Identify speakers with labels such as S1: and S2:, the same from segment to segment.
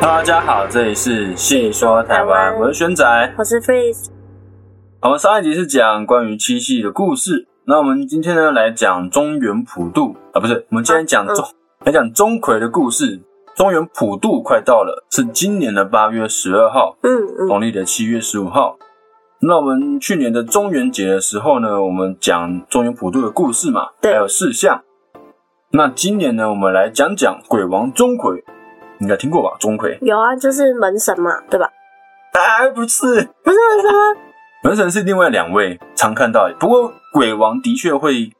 S1: 大家好，这里是细说台湾，我是轩仔。
S2: 我是 Freeze，
S1: 我们上一集是讲关于七夕的故事，那我们今天呢来讲中原普渡啊，不是，我们今天讲中、来讲钟馗的故事。中原普渡快到了，是今年的八月十二号，
S2: 嗯嗯，
S1: 农历的七月十五号。那我们去年的中元节的时候呢，我们讲中原普渡的故事嘛，还
S2: 对
S1: 有事项。那今年呢，我们来讲讲鬼王钟馗，你应该听过吧？钟馗？
S2: 有啊，就是门神嘛，对吧？
S1: 哎，不是，
S2: 不是门神吗？
S1: 门神是另外两位常看到的，不过鬼王的确会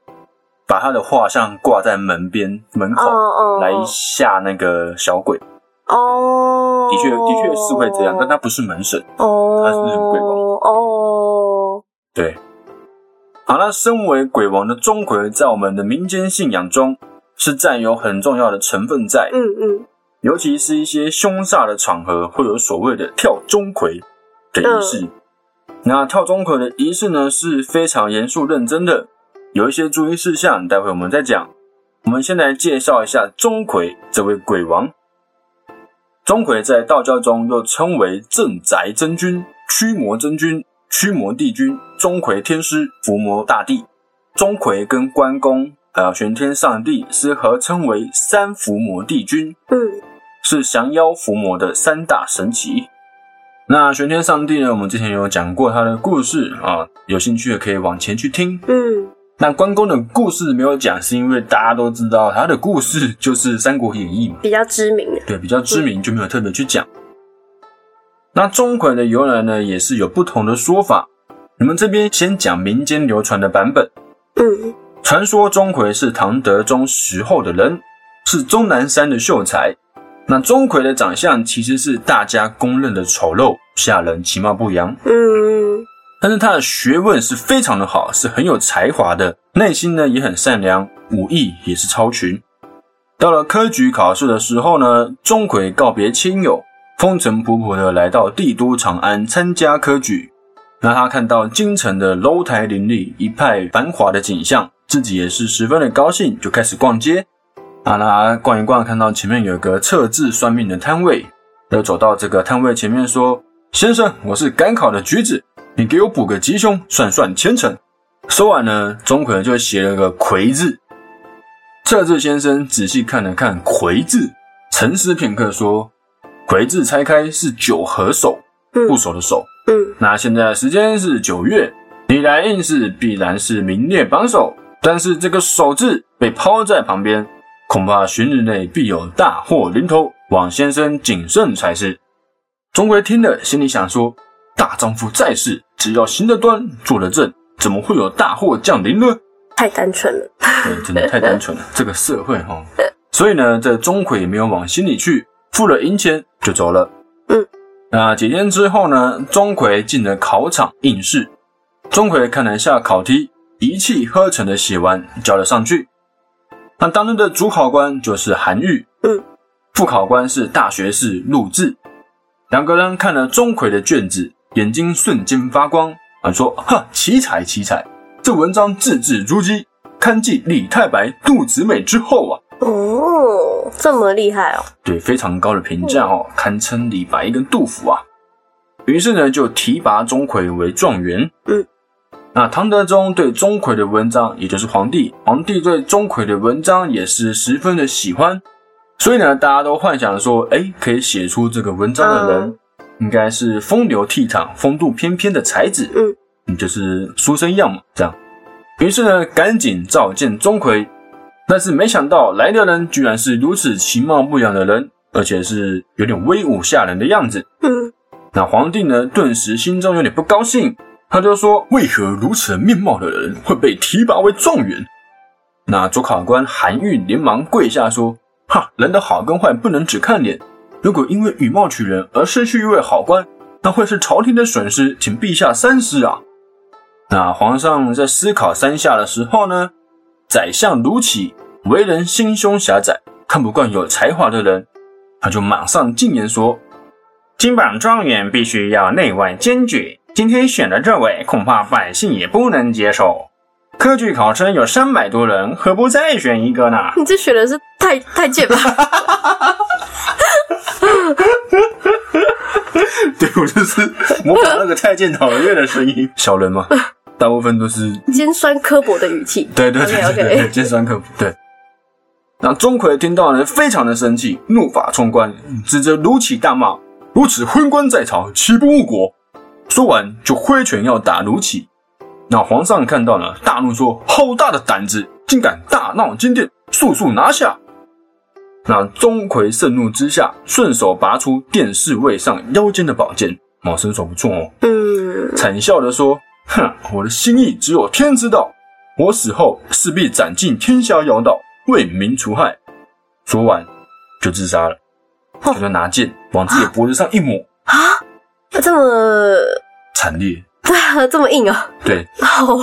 S1: 把他的画像挂在门边门
S2: 哦
S1: 口、
S2: 哦，
S1: 来吓那个小鬼，的
S2: 哦，
S1: 确的确是会这样，但他不是门神。
S2: 哦，
S1: 他是鬼王
S2: 哦，
S1: 对，好那身为鬼王的钟馗，在我们的民间信仰中是占有很重要的成分在，
S2: 嗯嗯
S1: 尤其是一些凶煞的场合，会有所谓的跳钟馗的仪式。那跳钟馗的仪式呢，是非常严肃认真的，有一些注意事项，待会我们再讲。我们先来介绍一下钟馗这位鬼王。钟馗在道教中又称为镇宅真君、驱魔真君、驱魔帝君、钟馗天师、伏魔大帝。钟馗跟关公还有玄天上帝是合称为三伏魔帝君。
S2: 嗯，
S1: 是降妖伏魔的三大神奇。那玄天上帝呢？我们之前有讲过他的故事啊，有兴趣的可以往前去听。
S2: 嗯
S1: 那关公的故事没有讲，是因为大家都知道他的故事就是《三国演义》嘛，
S2: 比较知名的，
S1: 对，比较知名就没有特别去讲。那钟馗的由来呢，也是有不同的说法。你们这边先讲民间流传的版本。
S2: 嗯
S1: 传说钟馗是唐德宗时候的人，是终南山的秀才。那钟馗的长相其实是大家公认的丑陋下人，其貌不扬。
S2: 嗯
S1: 但是他的学问是非常的好，是很有才华的，内心呢也很善良，武艺也是超群。到了科举考试的时候呢，钟馗告别亲友，风尘仆仆的来到帝都长安参加科举。那他看到京城的楼台林立，一派繁华的景象，自己也是十分的高兴，就开始逛街。啊，那逛一逛，看到前面有个测字算命的摊位，就走到这个摊位前面说：“先生，我是赶考的举子，你给我补个吉凶，算算前程。”说完呢，钟馗就写了个“魁”字。测字先生仔细看了看“魁”字，沉思片刻，说：“魁”字拆开是九合手，部首的手。
S2: 嗯
S1: 那现在时间是九月，你来应试必然是名列榜首，但是这个首字被抛在旁边，恐怕旬日内必有大祸临头，望先生谨慎才是。钟馗听了，心里想说：大丈夫在世，只要行得端，坐得正，怎么会有大祸降临呢？
S2: 太单纯了，
S1: 对，真的太单纯了，这个社会哈。所以呢，这钟馗也没有往心里去，付了银钱就走了。
S2: 嗯，
S1: 那几天之后呢，钟馗进了考场应试。钟馗看了一下考题，一气呵成的写完，交了上去。那当日的主考官就是韩愈，
S2: 嗯，
S1: 副考官是大学士陆贽。两个人看了钟馗的卷子，眼睛瞬间发光，啊，说：“哈，奇才奇才！这文章字字珠玑，堪继李太白、杜子美之后啊。
S2: 哦，这么厉害哦，
S1: 对，非常高的评价哦，堪称李白跟杜甫啊。于是呢，就提拔钟馗为状元。
S2: 嗯，
S1: 那唐德宗对钟馗的文章，也就是皇帝，皇帝对钟馗的文章也是十分的喜欢，所以呢，大家都幻想说，哎，可以写出这个文章的人，应该是风流倜傥、风度翩翩的才子，
S2: 嗯
S1: 嗯，就是书生样嘛，这样。于是呢，赶紧召见钟馗，但是没想到来的人居然是如此其貌不扬的人，而且是有点威武吓人的样子。
S2: 嗯
S1: 那皇帝呢，顿时心中有点不高兴，他就说：“为何如此面貌的人会被提拔为状元？”那主考官韩愈连忙跪下说：“哈，人的好跟坏不能只看脸，如果因为以貌取人而失去一位好官，那会是朝廷的损失，请陛下三思啊！”那皇上在思考三下的时候呢，宰相卢杞为人心胸狭窄，看不惯有才华的人，他就马上进言说：“金榜状元必须要内外兼具，今天选的这位，恐怕百姓也不能接受。科举考生有三百多人，何不再选一个呢？
S2: 你这选的是太太贱吧？
S1: 对我就是模仿那个太监讨乐的声音，小人 嘛，大部分都是
S2: 尖酸刻薄的语气。
S1: 对对对
S2: OK，OK
S1: 对对，尖酸刻薄。对，那钟馗听到呢，非常的生气，怒发冲冠，指着卢杞大骂：“如此昏官在朝，岂不误国？”说完就挥拳要打卢杞。那皇上看到了，大怒说：“好大的胆子，竟敢大闹金殿，速速拿下！”那钟馗盛怒之下，顺手拔出殿侍卫上腰间的宝剑，哦，身手不错哦，
S2: 嗯，
S1: 惨笑的说：“哼，我的心意只有天知道，我死后势必斩尽天下妖道，为民除害。”说完就自杀了，
S2: 哦
S1: 他就拿剑往自己脖子上一抹，
S2: 这么
S1: 惨烈。
S2: 对啊，这么硬啊，
S1: 对，
S2: 好，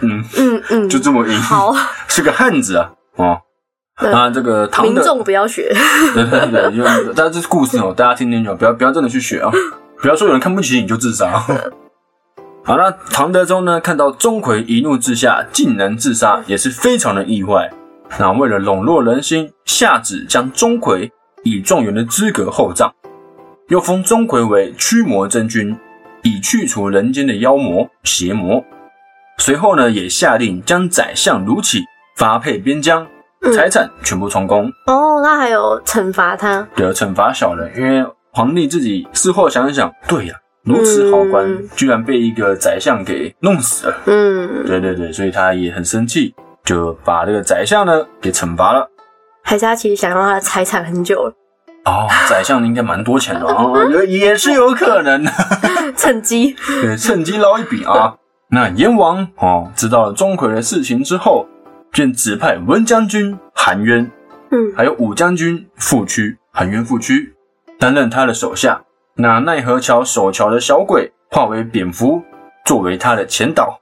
S1: 嗯，
S2: 嗯嗯，
S1: 就这么硬，
S2: 好，
S1: 是个汉子啊，哦。
S2: 对
S1: 啊，这个唐
S2: 民
S1: 的，
S2: 众不要学，
S1: 对对对，因为但这是故事哦，大家听听就好，不要不要真的去学啊，不要说有人看不起你就自杀哦。好，那唐德宗呢，看到钟馗一怒之下竟然自杀，也是非常的意外。那为了笼络人心，下旨将钟馗以状元的资格厚葬，又封钟馗为驱魔真君，以去除人间的妖魔邪魔。随后呢，也下令将宰相卢杞发配边疆，
S2: 嗯
S1: 财产全部充公。
S2: 哦，那还有惩罚他，
S1: 对，惩罚小人，因为皇帝自己事后想一想，对呀、如此好官、
S2: 嗯
S1: 居然被一个宰相给弄死了。
S2: 嗯，
S1: 对对对，所以他也很生气，就把这个宰相呢给惩罚了。
S2: 还是他其实想要他的财产很久了，
S1: 哦，宰相应该蛮多钱的哦，有也是有可能 的，
S2: 趁机，
S1: 对，趁机捞一笔啊。那燕王哦，知道了钟馗的事情之后，便指派文将军韩渊
S2: 嗯
S1: 还有武将军傅区、韩渊傅区担任他的手下。那奈何桥守桥的小鬼化为蝙蝠，作为他的前导。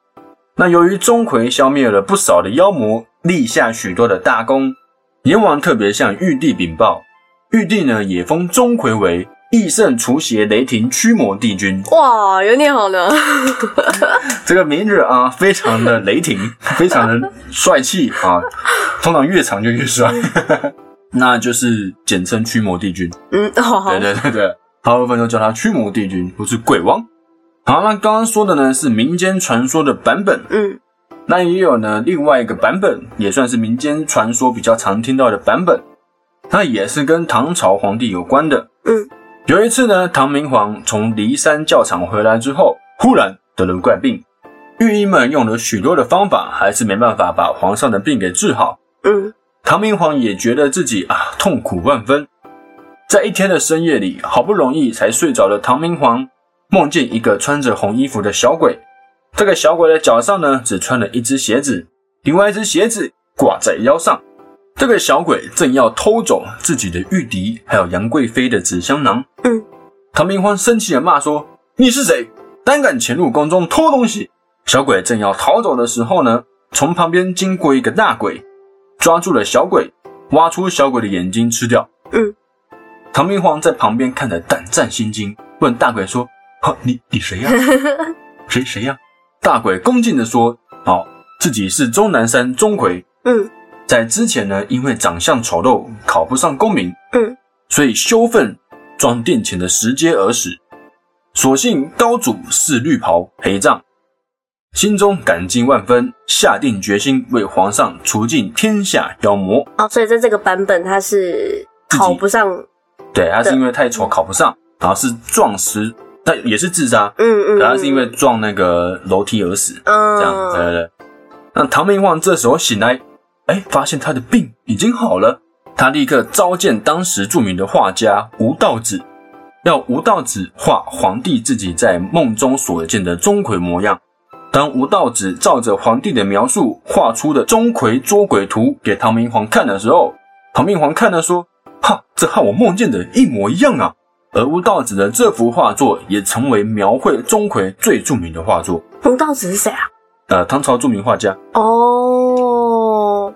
S1: 那由于钟馗消灭了不少的妖魔，立下许多的大功，阎王特别向玉帝禀报，玉帝呢也封钟馗为义圣除邪雷霆驱魔帝君。
S2: 哇，有你好呢，
S1: 这个名字啊，非常的雷霆，非常的帅气啊，通常越长就越帅， 那就是简称驱魔帝君。
S2: 嗯，好好
S1: 对，对对对，大部分都叫他驱魔帝君，不是鬼王。好，那刚刚说的呢是民间传说的版本，
S2: 嗯
S1: 那也有呢另外一个版本，也算是民间传说比较常听到的版本，那也是跟唐朝皇帝有关的。
S2: 嗯，
S1: 有一次呢，唐明皇从骊山教场回来之后，忽然得了怪病，御医们用了许多的方法，还是没办法把皇上的病给治好。
S2: 嗯，
S1: 唐明皇也觉得自己啊痛苦万分，在一天的深夜里，好不容易才睡着的唐明皇，梦见一个穿着红衣服的小鬼，这个小鬼的脚上呢只穿了一只鞋子，另外一只鞋子挂在腰上。这个小鬼正要偷走自己的玉笛，还有杨贵妃的纸香囊。
S2: 嗯，
S1: 唐明皇生气的骂说：“你是谁？胆敢潜入宫中偷东西！”小鬼正要逃走的时候呢，从旁边经过一个大鬼，抓住了小鬼，挖出小鬼的眼睛吃掉。
S2: 嗯，
S1: 唐明皇在旁边看得胆战心惊，问大鬼说：“呵你你谁呀、谁谁呀、大鬼恭敬地说：“哦，自己是终南山钟馗，
S2: 嗯
S1: 在之前呢，因为长相丑陋，考不上功名，
S2: 嗯，
S1: 所以羞愤装殿前的石阶而死。所幸高祖是绿袍陪葬，心中感激万分，下定决心为皇上除尽天下妖魔。
S2: 哦，所以在这个版本他是
S1: 自己
S2: 考不上，
S1: 对，他是因为太丑考不上，然后是撞石，但也是自杀，
S2: 嗯嗯，
S1: 然后是因为撞那个楼梯而死。
S2: 嗯
S1: 这样，对对对。那唐明皇这时候醒来，哎，发现他的病已经好了，他立刻召见当时著名的画家吴道子，要吴道子画皇帝自己在梦中所见的钟馗模样。当吴道子照着皇帝的描述画出的钟馗捉鬼图给唐明皇看的时候，唐明皇看了说：“哈，这和我梦见的一模一样啊！”而吴道子的这幅画作也成为描绘钟馗最著名的画作。
S2: 红道子是谁啊？
S1: 呃，唐朝著名画家。
S2: 哦，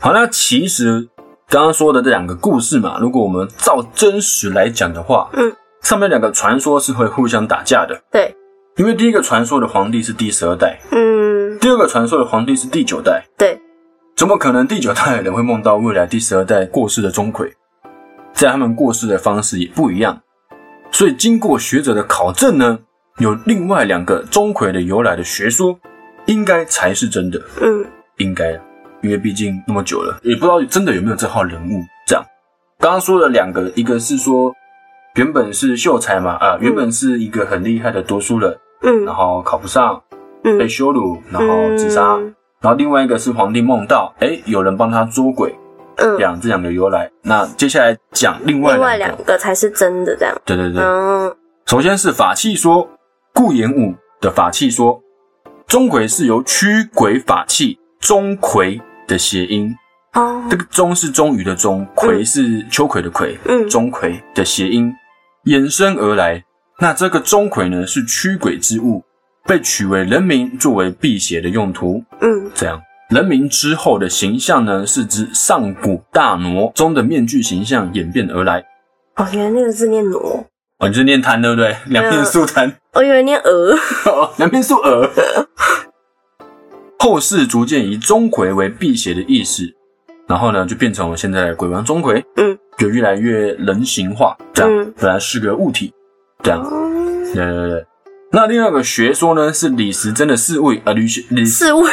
S1: 好，那其实刚刚说的这两个故事嘛，如果我们照真实来讲的话，
S2: 嗯，
S1: 上面两个传说是会互相打架的，
S2: 对，
S1: 因为第一个传说的皇帝是第十二代，
S2: 嗯，
S1: 第二个传说的皇帝是第九代，
S2: 对，
S1: 怎么可能第九代的人会梦到未来第十二代过世的钟馗？在他们过世的方式也不一样。所以经过学者的考证呢，有另外两个钟馗的由来的学说，应该才是真的，
S2: 嗯
S1: 应该啦，因为毕竟那么久了，也不知道真的有没有这号人物。这样，刚刚说了两个，一个是说原本是秀才嘛，啊，原本是一个很厉害的读书人，然
S2: 嗯
S1: 后考不上，
S2: 嗯
S1: 哦被羞辱，然后自杀。
S2: 嗯
S1: 然后另外一个是皇帝梦到，哎，有人帮他捉鬼，
S2: 嗯，
S1: 两这两个由来。那接下来讲另外
S2: 另外
S1: 两
S2: 两
S1: 个，
S2: 个才是真的这样。
S1: 对对对，
S2: 嗯
S1: 首先是法器说，顾炎武的法器说，钟馗是由驱鬼法器钟馗的谐音，
S2: 哦
S1: 这个钟是钟馗的钟，馗是秋葵的葵，
S2: 嗯
S1: 钟馗的谐音衍生而来。那这个钟馗呢，是驱鬼之物，被取为人名作为辟邪的用途。
S2: 嗯
S1: 这样，人民之后的形象呢，是指上古大挪中的面具形象演变而来。
S2: 哦，原来那个字念挪，
S1: 哦，你是念坛对不对？两面素坛，
S2: 我以为念鹅。
S1: 哦两面素耳。后世逐渐以钟馗为辟邪的意识，然后呢，就变成了现在的鬼王钟馗，
S2: 嗯，
S1: 就越来越人形化。这样，
S2: 嗯
S1: 本来是个物体，这样，
S2: 哦，
S1: 对对对对。那另外一个学说呢，是李时珍的侍卫，呃，李李
S2: 刺猬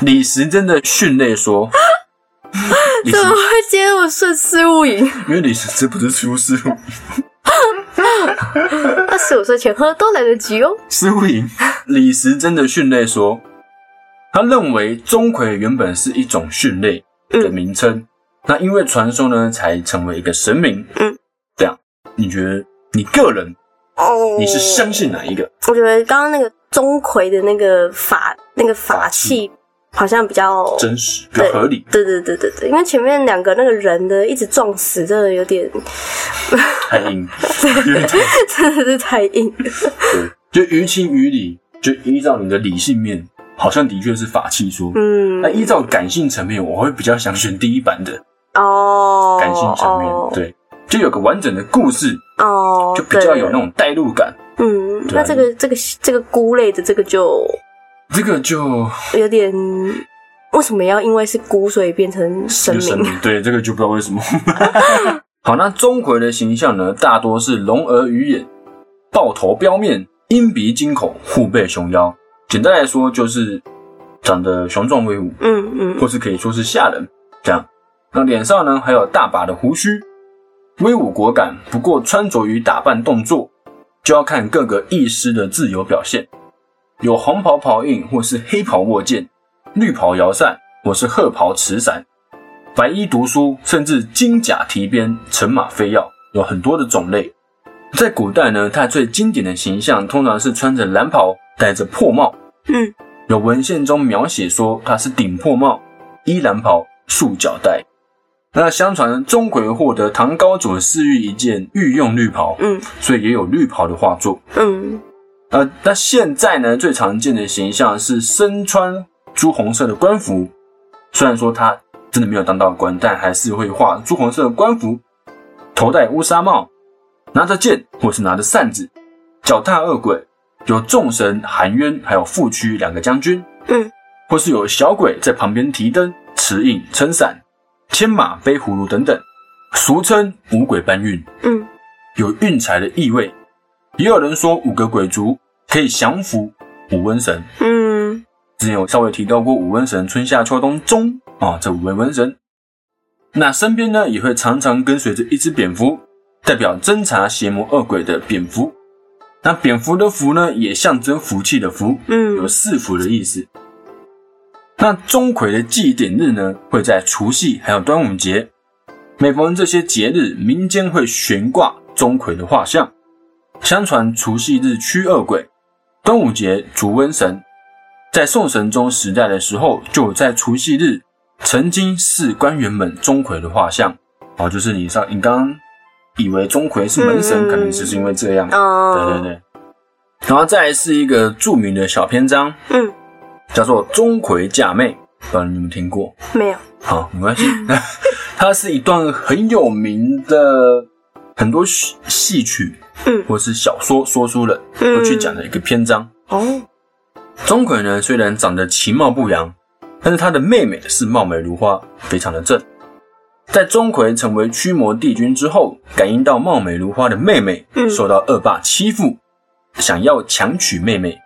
S1: 李时珍的训类 说。李时
S2: 怎么会今天我顺思物 饮？
S1: 因为李时珍不是出师傅，
S2: 二十五岁前喝都来得及哦。
S1: 师傅赢。 李时珍的训类说，他认为钟馗原本是一种训类的名称，那因为传说呢，才成为一个神明。
S2: 嗯，
S1: 这样，你觉得你个人
S2: 哦
S1: 你是相信哪一个？
S2: 我觉得刚刚那个钟馗的那个法那个法器好像比较
S1: 真实比较合理，
S2: 对对对对对，因为前面两个那个人的一直撞死，真的有点，
S1: 太硬，有点太硬
S2: 真的是太硬了。
S1: 对，就于情于理，就依照你的理性面，好像的确是法器说。
S2: 嗯
S1: 那，依照感性层面，我会比较想选第一版的
S2: 哦，
S1: 感性层面，
S2: 哦，
S1: 对，就有个完整的故事，
S2: 哦，
S1: 就比较
S2: 对
S1: 有那种代入感。
S2: 嗯，
S1: 对啊
S2: 那这个这个这个菇类的这个就
S1: 这个就
S2: 有点，为什么要因为是菇所以变成神
S1: 就神
S2: 明？
S1: 明，对这个就不知道为什么。 好，那钟馗的形象呢，大多是龙额鱼眼、豹头标面、鹰鼻金口、虎背熊腰。简单来说，就是长得雄壮威武，
S2: 嗯嗯
S1: 或是可以说是吓人这样。那脸上呢，还有大把的胡须，威武果敢。不过穿着与打扮动作，就要看各个义师的自由表现。有红袍袍印或是黑袍握剑，绿袍摇扇或是褐袍持伞，白衣读书，甚至金甲提鞭、乘马飞跃，有很多的种类。在古代呢，它最经典的形象通常是穿着蓝袍，戴着破帽，
S2: 嗯，
S1: 有文献中描写说他是顶破帽、衣蓝袍、束脚带。那相传钟馗获得唐高祖赐予一件御用绿袍，
S2: 嗯
S1: 所以也有绿袍的画作。
S2: 嗯，
S1: 呃，那现在呢，最常见的形象是身穿朱红色的官服，虽然说他真的没有当到官，但还是会画朱红色的官服，头戴乌纱帽，拿着剑或是拿着扇子，脚踏恶鬼，有众神含冤，还有副区两个将军，
S2: 嗯，
S1: 或是有小鬼在旁边提灯、持影、撑伞、牵马、背葫芦等等，俗称五鬼搬运。
S2: 嗯
S1: 有运财的意味。也有人说五个鬼族可以降服五瘟神，
S2: 嗯
S1: 之前有稍微提到过五瘟神春夏秋冬中啊，这五位瘟神。那身边呢也会常常跟随着一只蝙蝠，代表侦查邪魔恶鬼的蝙蝠。那蝙蝠的蝠呢，也象征福气的福，有
S2: 嗯
S1: 四福的意思。那钟馗的祭典日呢，会在除夕还有端午节。每逢这些节日，民间会悬挂钟馗的画像。相传除夕日驱恶鬼，端午节逐瘟神。在宋神宗时代的时候，就有在除夕日曾经是官员们钟馗的画像。哦，就是你上你刚刚以为钟馗是门神，
S2: 嗯
S1: 可能就是因为这样。对对
S2: 哦，
S1: 对。然后再来是一个著名的小篇章，
S2: 嗯，
S1: 叫做《钟馗嫁妹》，不知道你们听过？
S2: 没有，
S1: 好，没关系。 它是一段很有名的很多戏戏曲，
S2: 嗯
S1: 或是小说说书人
S2: 嗯
S1: 会去讲的一个篇章。
S2: 哦，
S1: 钟馗呢，虽然长得其貌不扬，但是他的妹妹是貌美如花，非常的正。在钟馗成为驱魔帝君之后，感应到貌美如花的妹妹
S2: 嗯
S1: 受到恶霸欺负，想要强娶妹妹。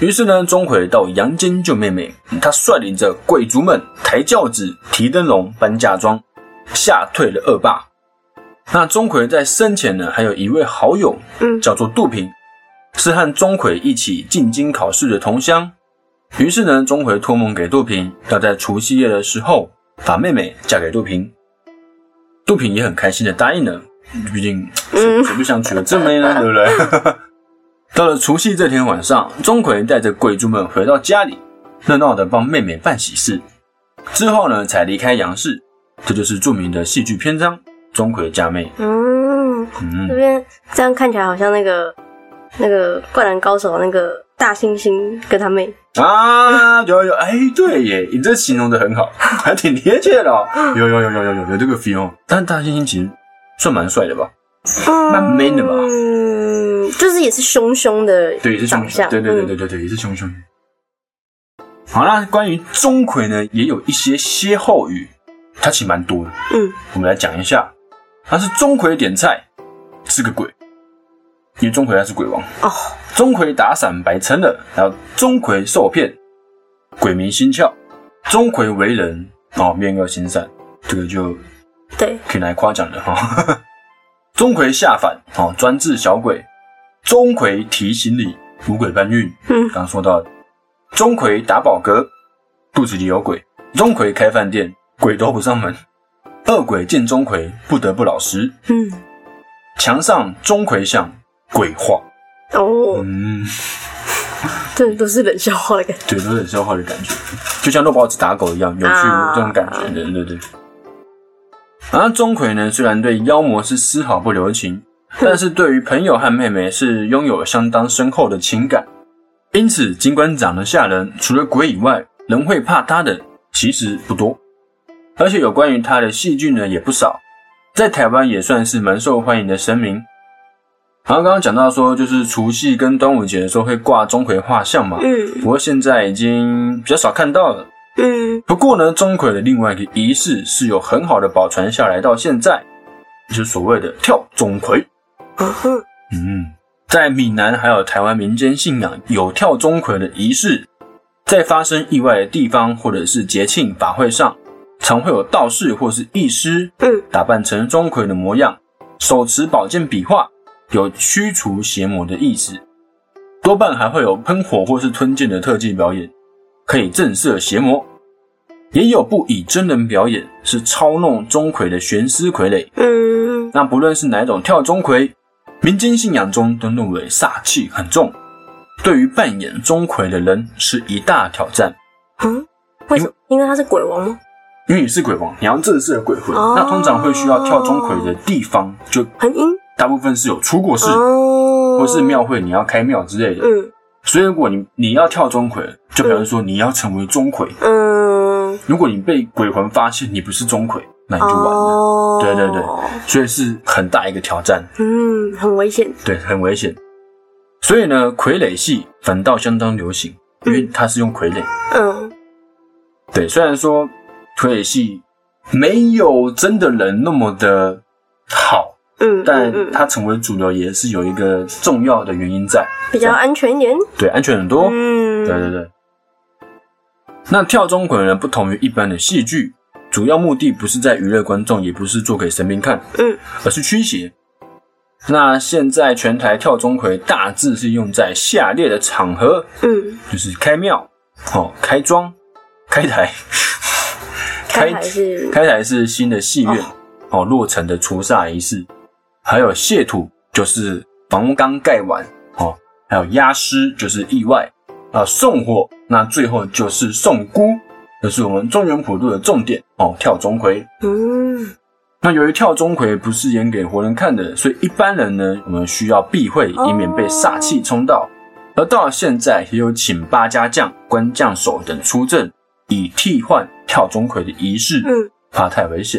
S1: 于是呢，钟馗到阳间救妹妹，他率领着贵族们抬轿子、提灯笼、搬嫁妆，吓退了恶霸。那钟馗在生前呢，还有一位好友
S2: 嗯
S1: 叫做杜平，是和钟馗一起进京考试的同乡。于是呢，钟馗托梦给杜平，要在除夕夜的时候把妹妹嫁给杜平。杜平也很开心的答应了，毕竟谁
S2: 嗯
S1: 谁不想娶个正妹呢，对不对？到了除夕这天晚上，钟馗带着贵族们回到家里，热闹的帮妹妹办喜事。之后呢，才离开杨氏，这就是著名的戏剧篇章《钟馗嫁妹》。
S2: 嗯，
S1: 嗯
S2: 这，边这样看起来好像那个那个灌篮高手那个大猩猩跟他妹，
S1: 啊，有有，哎，对耶，你这形容的很好，还挺贴切的、哦。有有有有有有有这个 feel，但大猩猩其实算蛮帅的吧？蛮 man 的吧
S2: 嗯，就是也是凶凶的，
S1: 对，也是
S2: 长
S1: 凶凶，
S2: 相
S1: 对对对对对对，也是凶凶。好啦，关于钟馗呢，也有一些歇后语，它其实蛮多的，
S2: 嗯，
S1: 我们来讲一下。他是钟馗点菜是个鬼，因为钟馗他是鬼王。
S2: 哦，
S1: 钟馗打伞白撑了，然后钟馗受骗，鬼迷心窍。钟馗为人哦，面恶心善，这个就
S2: 对，
S1: 可以拿来夸奖的哈、 钟馗下凡哦，专治小鬼。钟馗提行李，五鬼搬运。
S2: 嗯
S1: 刚刚说到的，钟馗打饱嗝，肚子里有鬼。钟馗开饭店，鬼都不上门。恶鬼见钟馗，不得不老实。
S2: 嗯，
S1: 墙上钟馗像，鬼话。
S2: 哦，
S1: 嗯，
S2: 这都是冷笑话的感觉，
S1: 对，都是很消化的感觉，就像肉包子打狗一样，有趣
S2: 啊
S1: 这种感觉，对对对。然后钟馗呢，虽然对妖魔是丝毫不留情，但是对于朋友和妹妹是拥有相当深厚的情感，因此尽管长得吓人，除了鬼以外，人会怕他的其实不多，而且有关于他的戏剧呢也不少，在台湾也算是蛮受欢迎的神明。然后刚刚讲到说，就是除夕跟端午节的时候会挂钟馗画像嘛，
S2: 嗯
S1: 不过现在已经比较少看到了。
S2: 嗯
S1: 不过呢，钟馗的另外一个仪式是有很好的保存下来到现在，就是所谓的跳钟馗。
S2: 嗯
S1: 嗯，在闽南还有台湾民间信仰有跳钟馗的仪式，在发生意外的地方或者是节庆法会上，常会有道士或是义师
S2: 嗯
S1: 打扮成钟馗的模样，手持宝剑笔画，有驱除邪魔的意思。多半还会有喷火或是吞剑的特技表演，可以震慑邪魔。也有不以真人表演，是操弄钟馗的悬丝傀儡。
S2: 嗯
S1: 那不论是哪一种跳钟馗，民间信仰中都认为煞气很重，对于扮演钟馗的人是一大挑战。
S2: 嗯，为什么？因为他是鬼王吗？
S1: 因为你是鬼王，你要正式的鬼魂，
S2: 哦
S1: 那通常会需要跳钟馗的地方，就
S2: 很阴
S1: 大部分是有出过事，
S2: 哦，
S1: 或是庙会你要开庙之类的。
S2: 嗯
S1: 所以如果你你要跳钟馗，就表示说你要成为钟馗。
S2: 嗯，
S1: 如果你被鬼魂发现你不是钟馗，那你就完了。
S2: 哦，
S1: 对对对所以是很大一个挑战，
S2: 嗯，很危险，
S1: 对，很危险。所以呢，傀儡戏反倒相当流行，因为它是用傀儡。
S2: 嗯
S1: 对，虽然说傀儡戏没有真的人那么的好，
S2: 嗯，嗯
S1: 但
S2: 嗯
S1: 它成为主流也是有一个重要的原因在，
S2: 比较安全一点，
S1: 对，安全很多。
S2: 嗯，
S1: 对对对。那跳钟馗呢，不同于一般的戏剧，主要目的不是在娱乐观众，也不是做给神明看，
S2: 嗯，
S1: 而是驱邪。那现在全台跳钟馗大致是用在下列的场合，
S2: 嗯，
S1: 就是开庙、哦开庄、开台、
S2: 开还是
S1: 开台是新的戏院哦，落成的除煞仪式，还有卸土就是房屋刚盖完哦，还有压尸就是意外啊，送货那最后就是送孤，这是我们中原普渡的重点哦，跳钟馗。
S2: 嗯
S1: 那由于跳钟馗不是演给活人看的，所以一般人呢，我们需要避讳，以免被煞气冲到。而到了现在，也有请八家将、关将手等出阵，以替换跳钟馗的仪式。
S2: 嗯
S1: 怕太危险。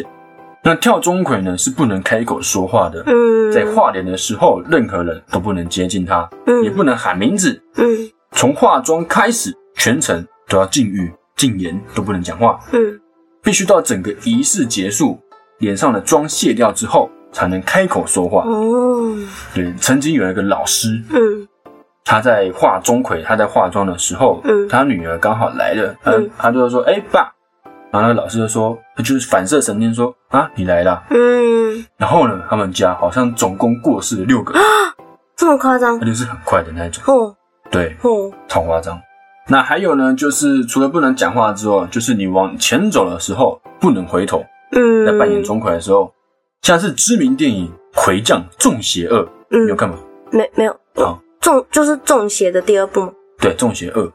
S1: 那跳钟馗呢是不能开口说话的，
S2: 嗯，
S1: 在画脸的时候，任何人都不能接近他，
S2: 嗯
S1: 也不能喊名字。
S2: 嗯
S1: 从化妆开始，全程都要禁语、禁言，都不能讲话，
S2: 嗯
S1: 必须到整个仪式结束，脸上的妆卸掉之后，才能开口说话。
S2: 哦，
S1: 对，曾经有一个老师，
S2: 嗯
S1: 他在画钟馗，他在化妆的时候，
S2: 嗯
S1: 他女儿刚好来了，他、
S2: 嗯
S1: 他就说：“哎、爸。”然后那个老师就说，他就是反射神经说：“啊，你来了。
S2: 嗯，”
S1: 然后呢，他们家好像总共过世了六个，
S2: 啊这么夸张
S1: 那？就是很快的那一种，
S2: 哦
S1: 对，
S2: 哦，
S1: 超夸张。那还有呢，就是除了不能讲话之后，就是你往前走的时候不能回头，
S2: 嗯，
S1: 在扮演钟馗的时候，像是知名电影《魁将重邪恶》，你有
S2: 嗯，
S1: 看吗？
S2: 没没有
S1: 好，
S2: 中就是中邪的第二部嘛。
S1: 对，《重邪恶》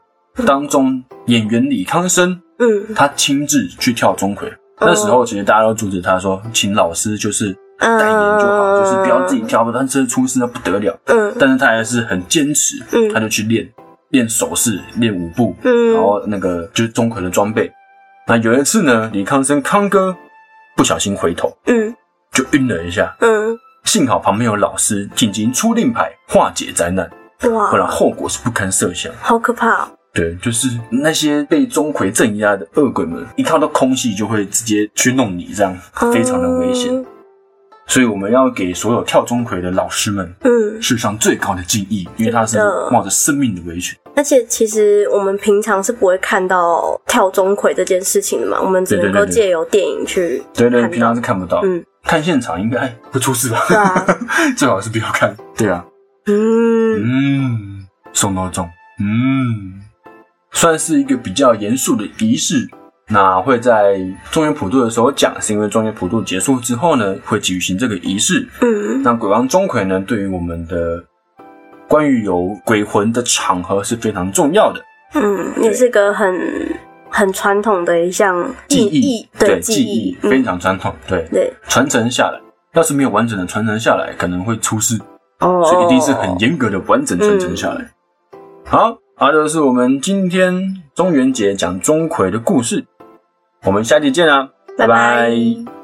S1: 当中演员李康生
S2: 嗯哦
S1: 他亲自去跳钟馗。那时候其实大家都阻止他说，请老师就是
S2: 嗯，
S1: 代言就好，就是不要自己跳，但是出事那不得了。
S2: 嗯
S1: 但是他还是很坚持，
S2: 嗯
S1: 他就去练练手势、练舞步，
S2: 嗯，
S1: 然后那个就是钟馗的装备。那有一次呢，李康生康哥不小心回头
S2: 嗯
S1: 就晕了一下，
S2: 嗯，
S1: 幸好旁边有老师紧急出令牌化解灾难，不然
S2: 嗯哇，
S1: 后果是不堪设想。
S2: 好可怕哦！
S1: 对，就是那些被钟馗镇压的恶鬼们，一看到空气就会直接去弄你，这样
S2: 哦
S1: 非常的危险。
S2: 嗯
S1: 所以我们要给所有跳钟馗的老师们
S2: 嗯，
S1: 世上最高的敬意，因为他是
S2: 真的
S1: 冒着生命的危险。
S2: 而且其实我们平常是不会看到跳钟馗这件事情的嘛，我们只能
S1: 对对
S2: 够
S1: 对对
S2: 借由电影去
S1: 对对，
S2: 看
S1: 平常
S2: 到。
S1: 是看不到，
S2: 嗯，
S1: 看现场应该不出事吧？
S2: 对啊，
S1: 最好是不要看。对啊，
S2: 嗯
S1: 嗯，送到中，嗯，算是一个比较严肃的仪式。那会在中原普渡的时候讲，是因为中原普渡结束之后呢，会举行这个仪式。
S2: 嗯
S1: 那鬼王钟馗呢，对于我们的关于有鬼魂的场合是非常重要的
S2: 嗯，也是个很很传统的一项
S1: 记
S2: 忆
S1: 忆，，
S2: 对
S1: 记
S2: 忆
S1: 忆，
S2: 嗯
S1: 非常传统，对，
S2: 对
S1: 传承下来。要是没有完整的传承下来，可能会出事，
S2: 哦，
S1: 所以一定是很严格的完整传承下来。好，好，这是我们今啊天中元节讲钟馗的故事，我们下期见啦，拜拜
S2: 拜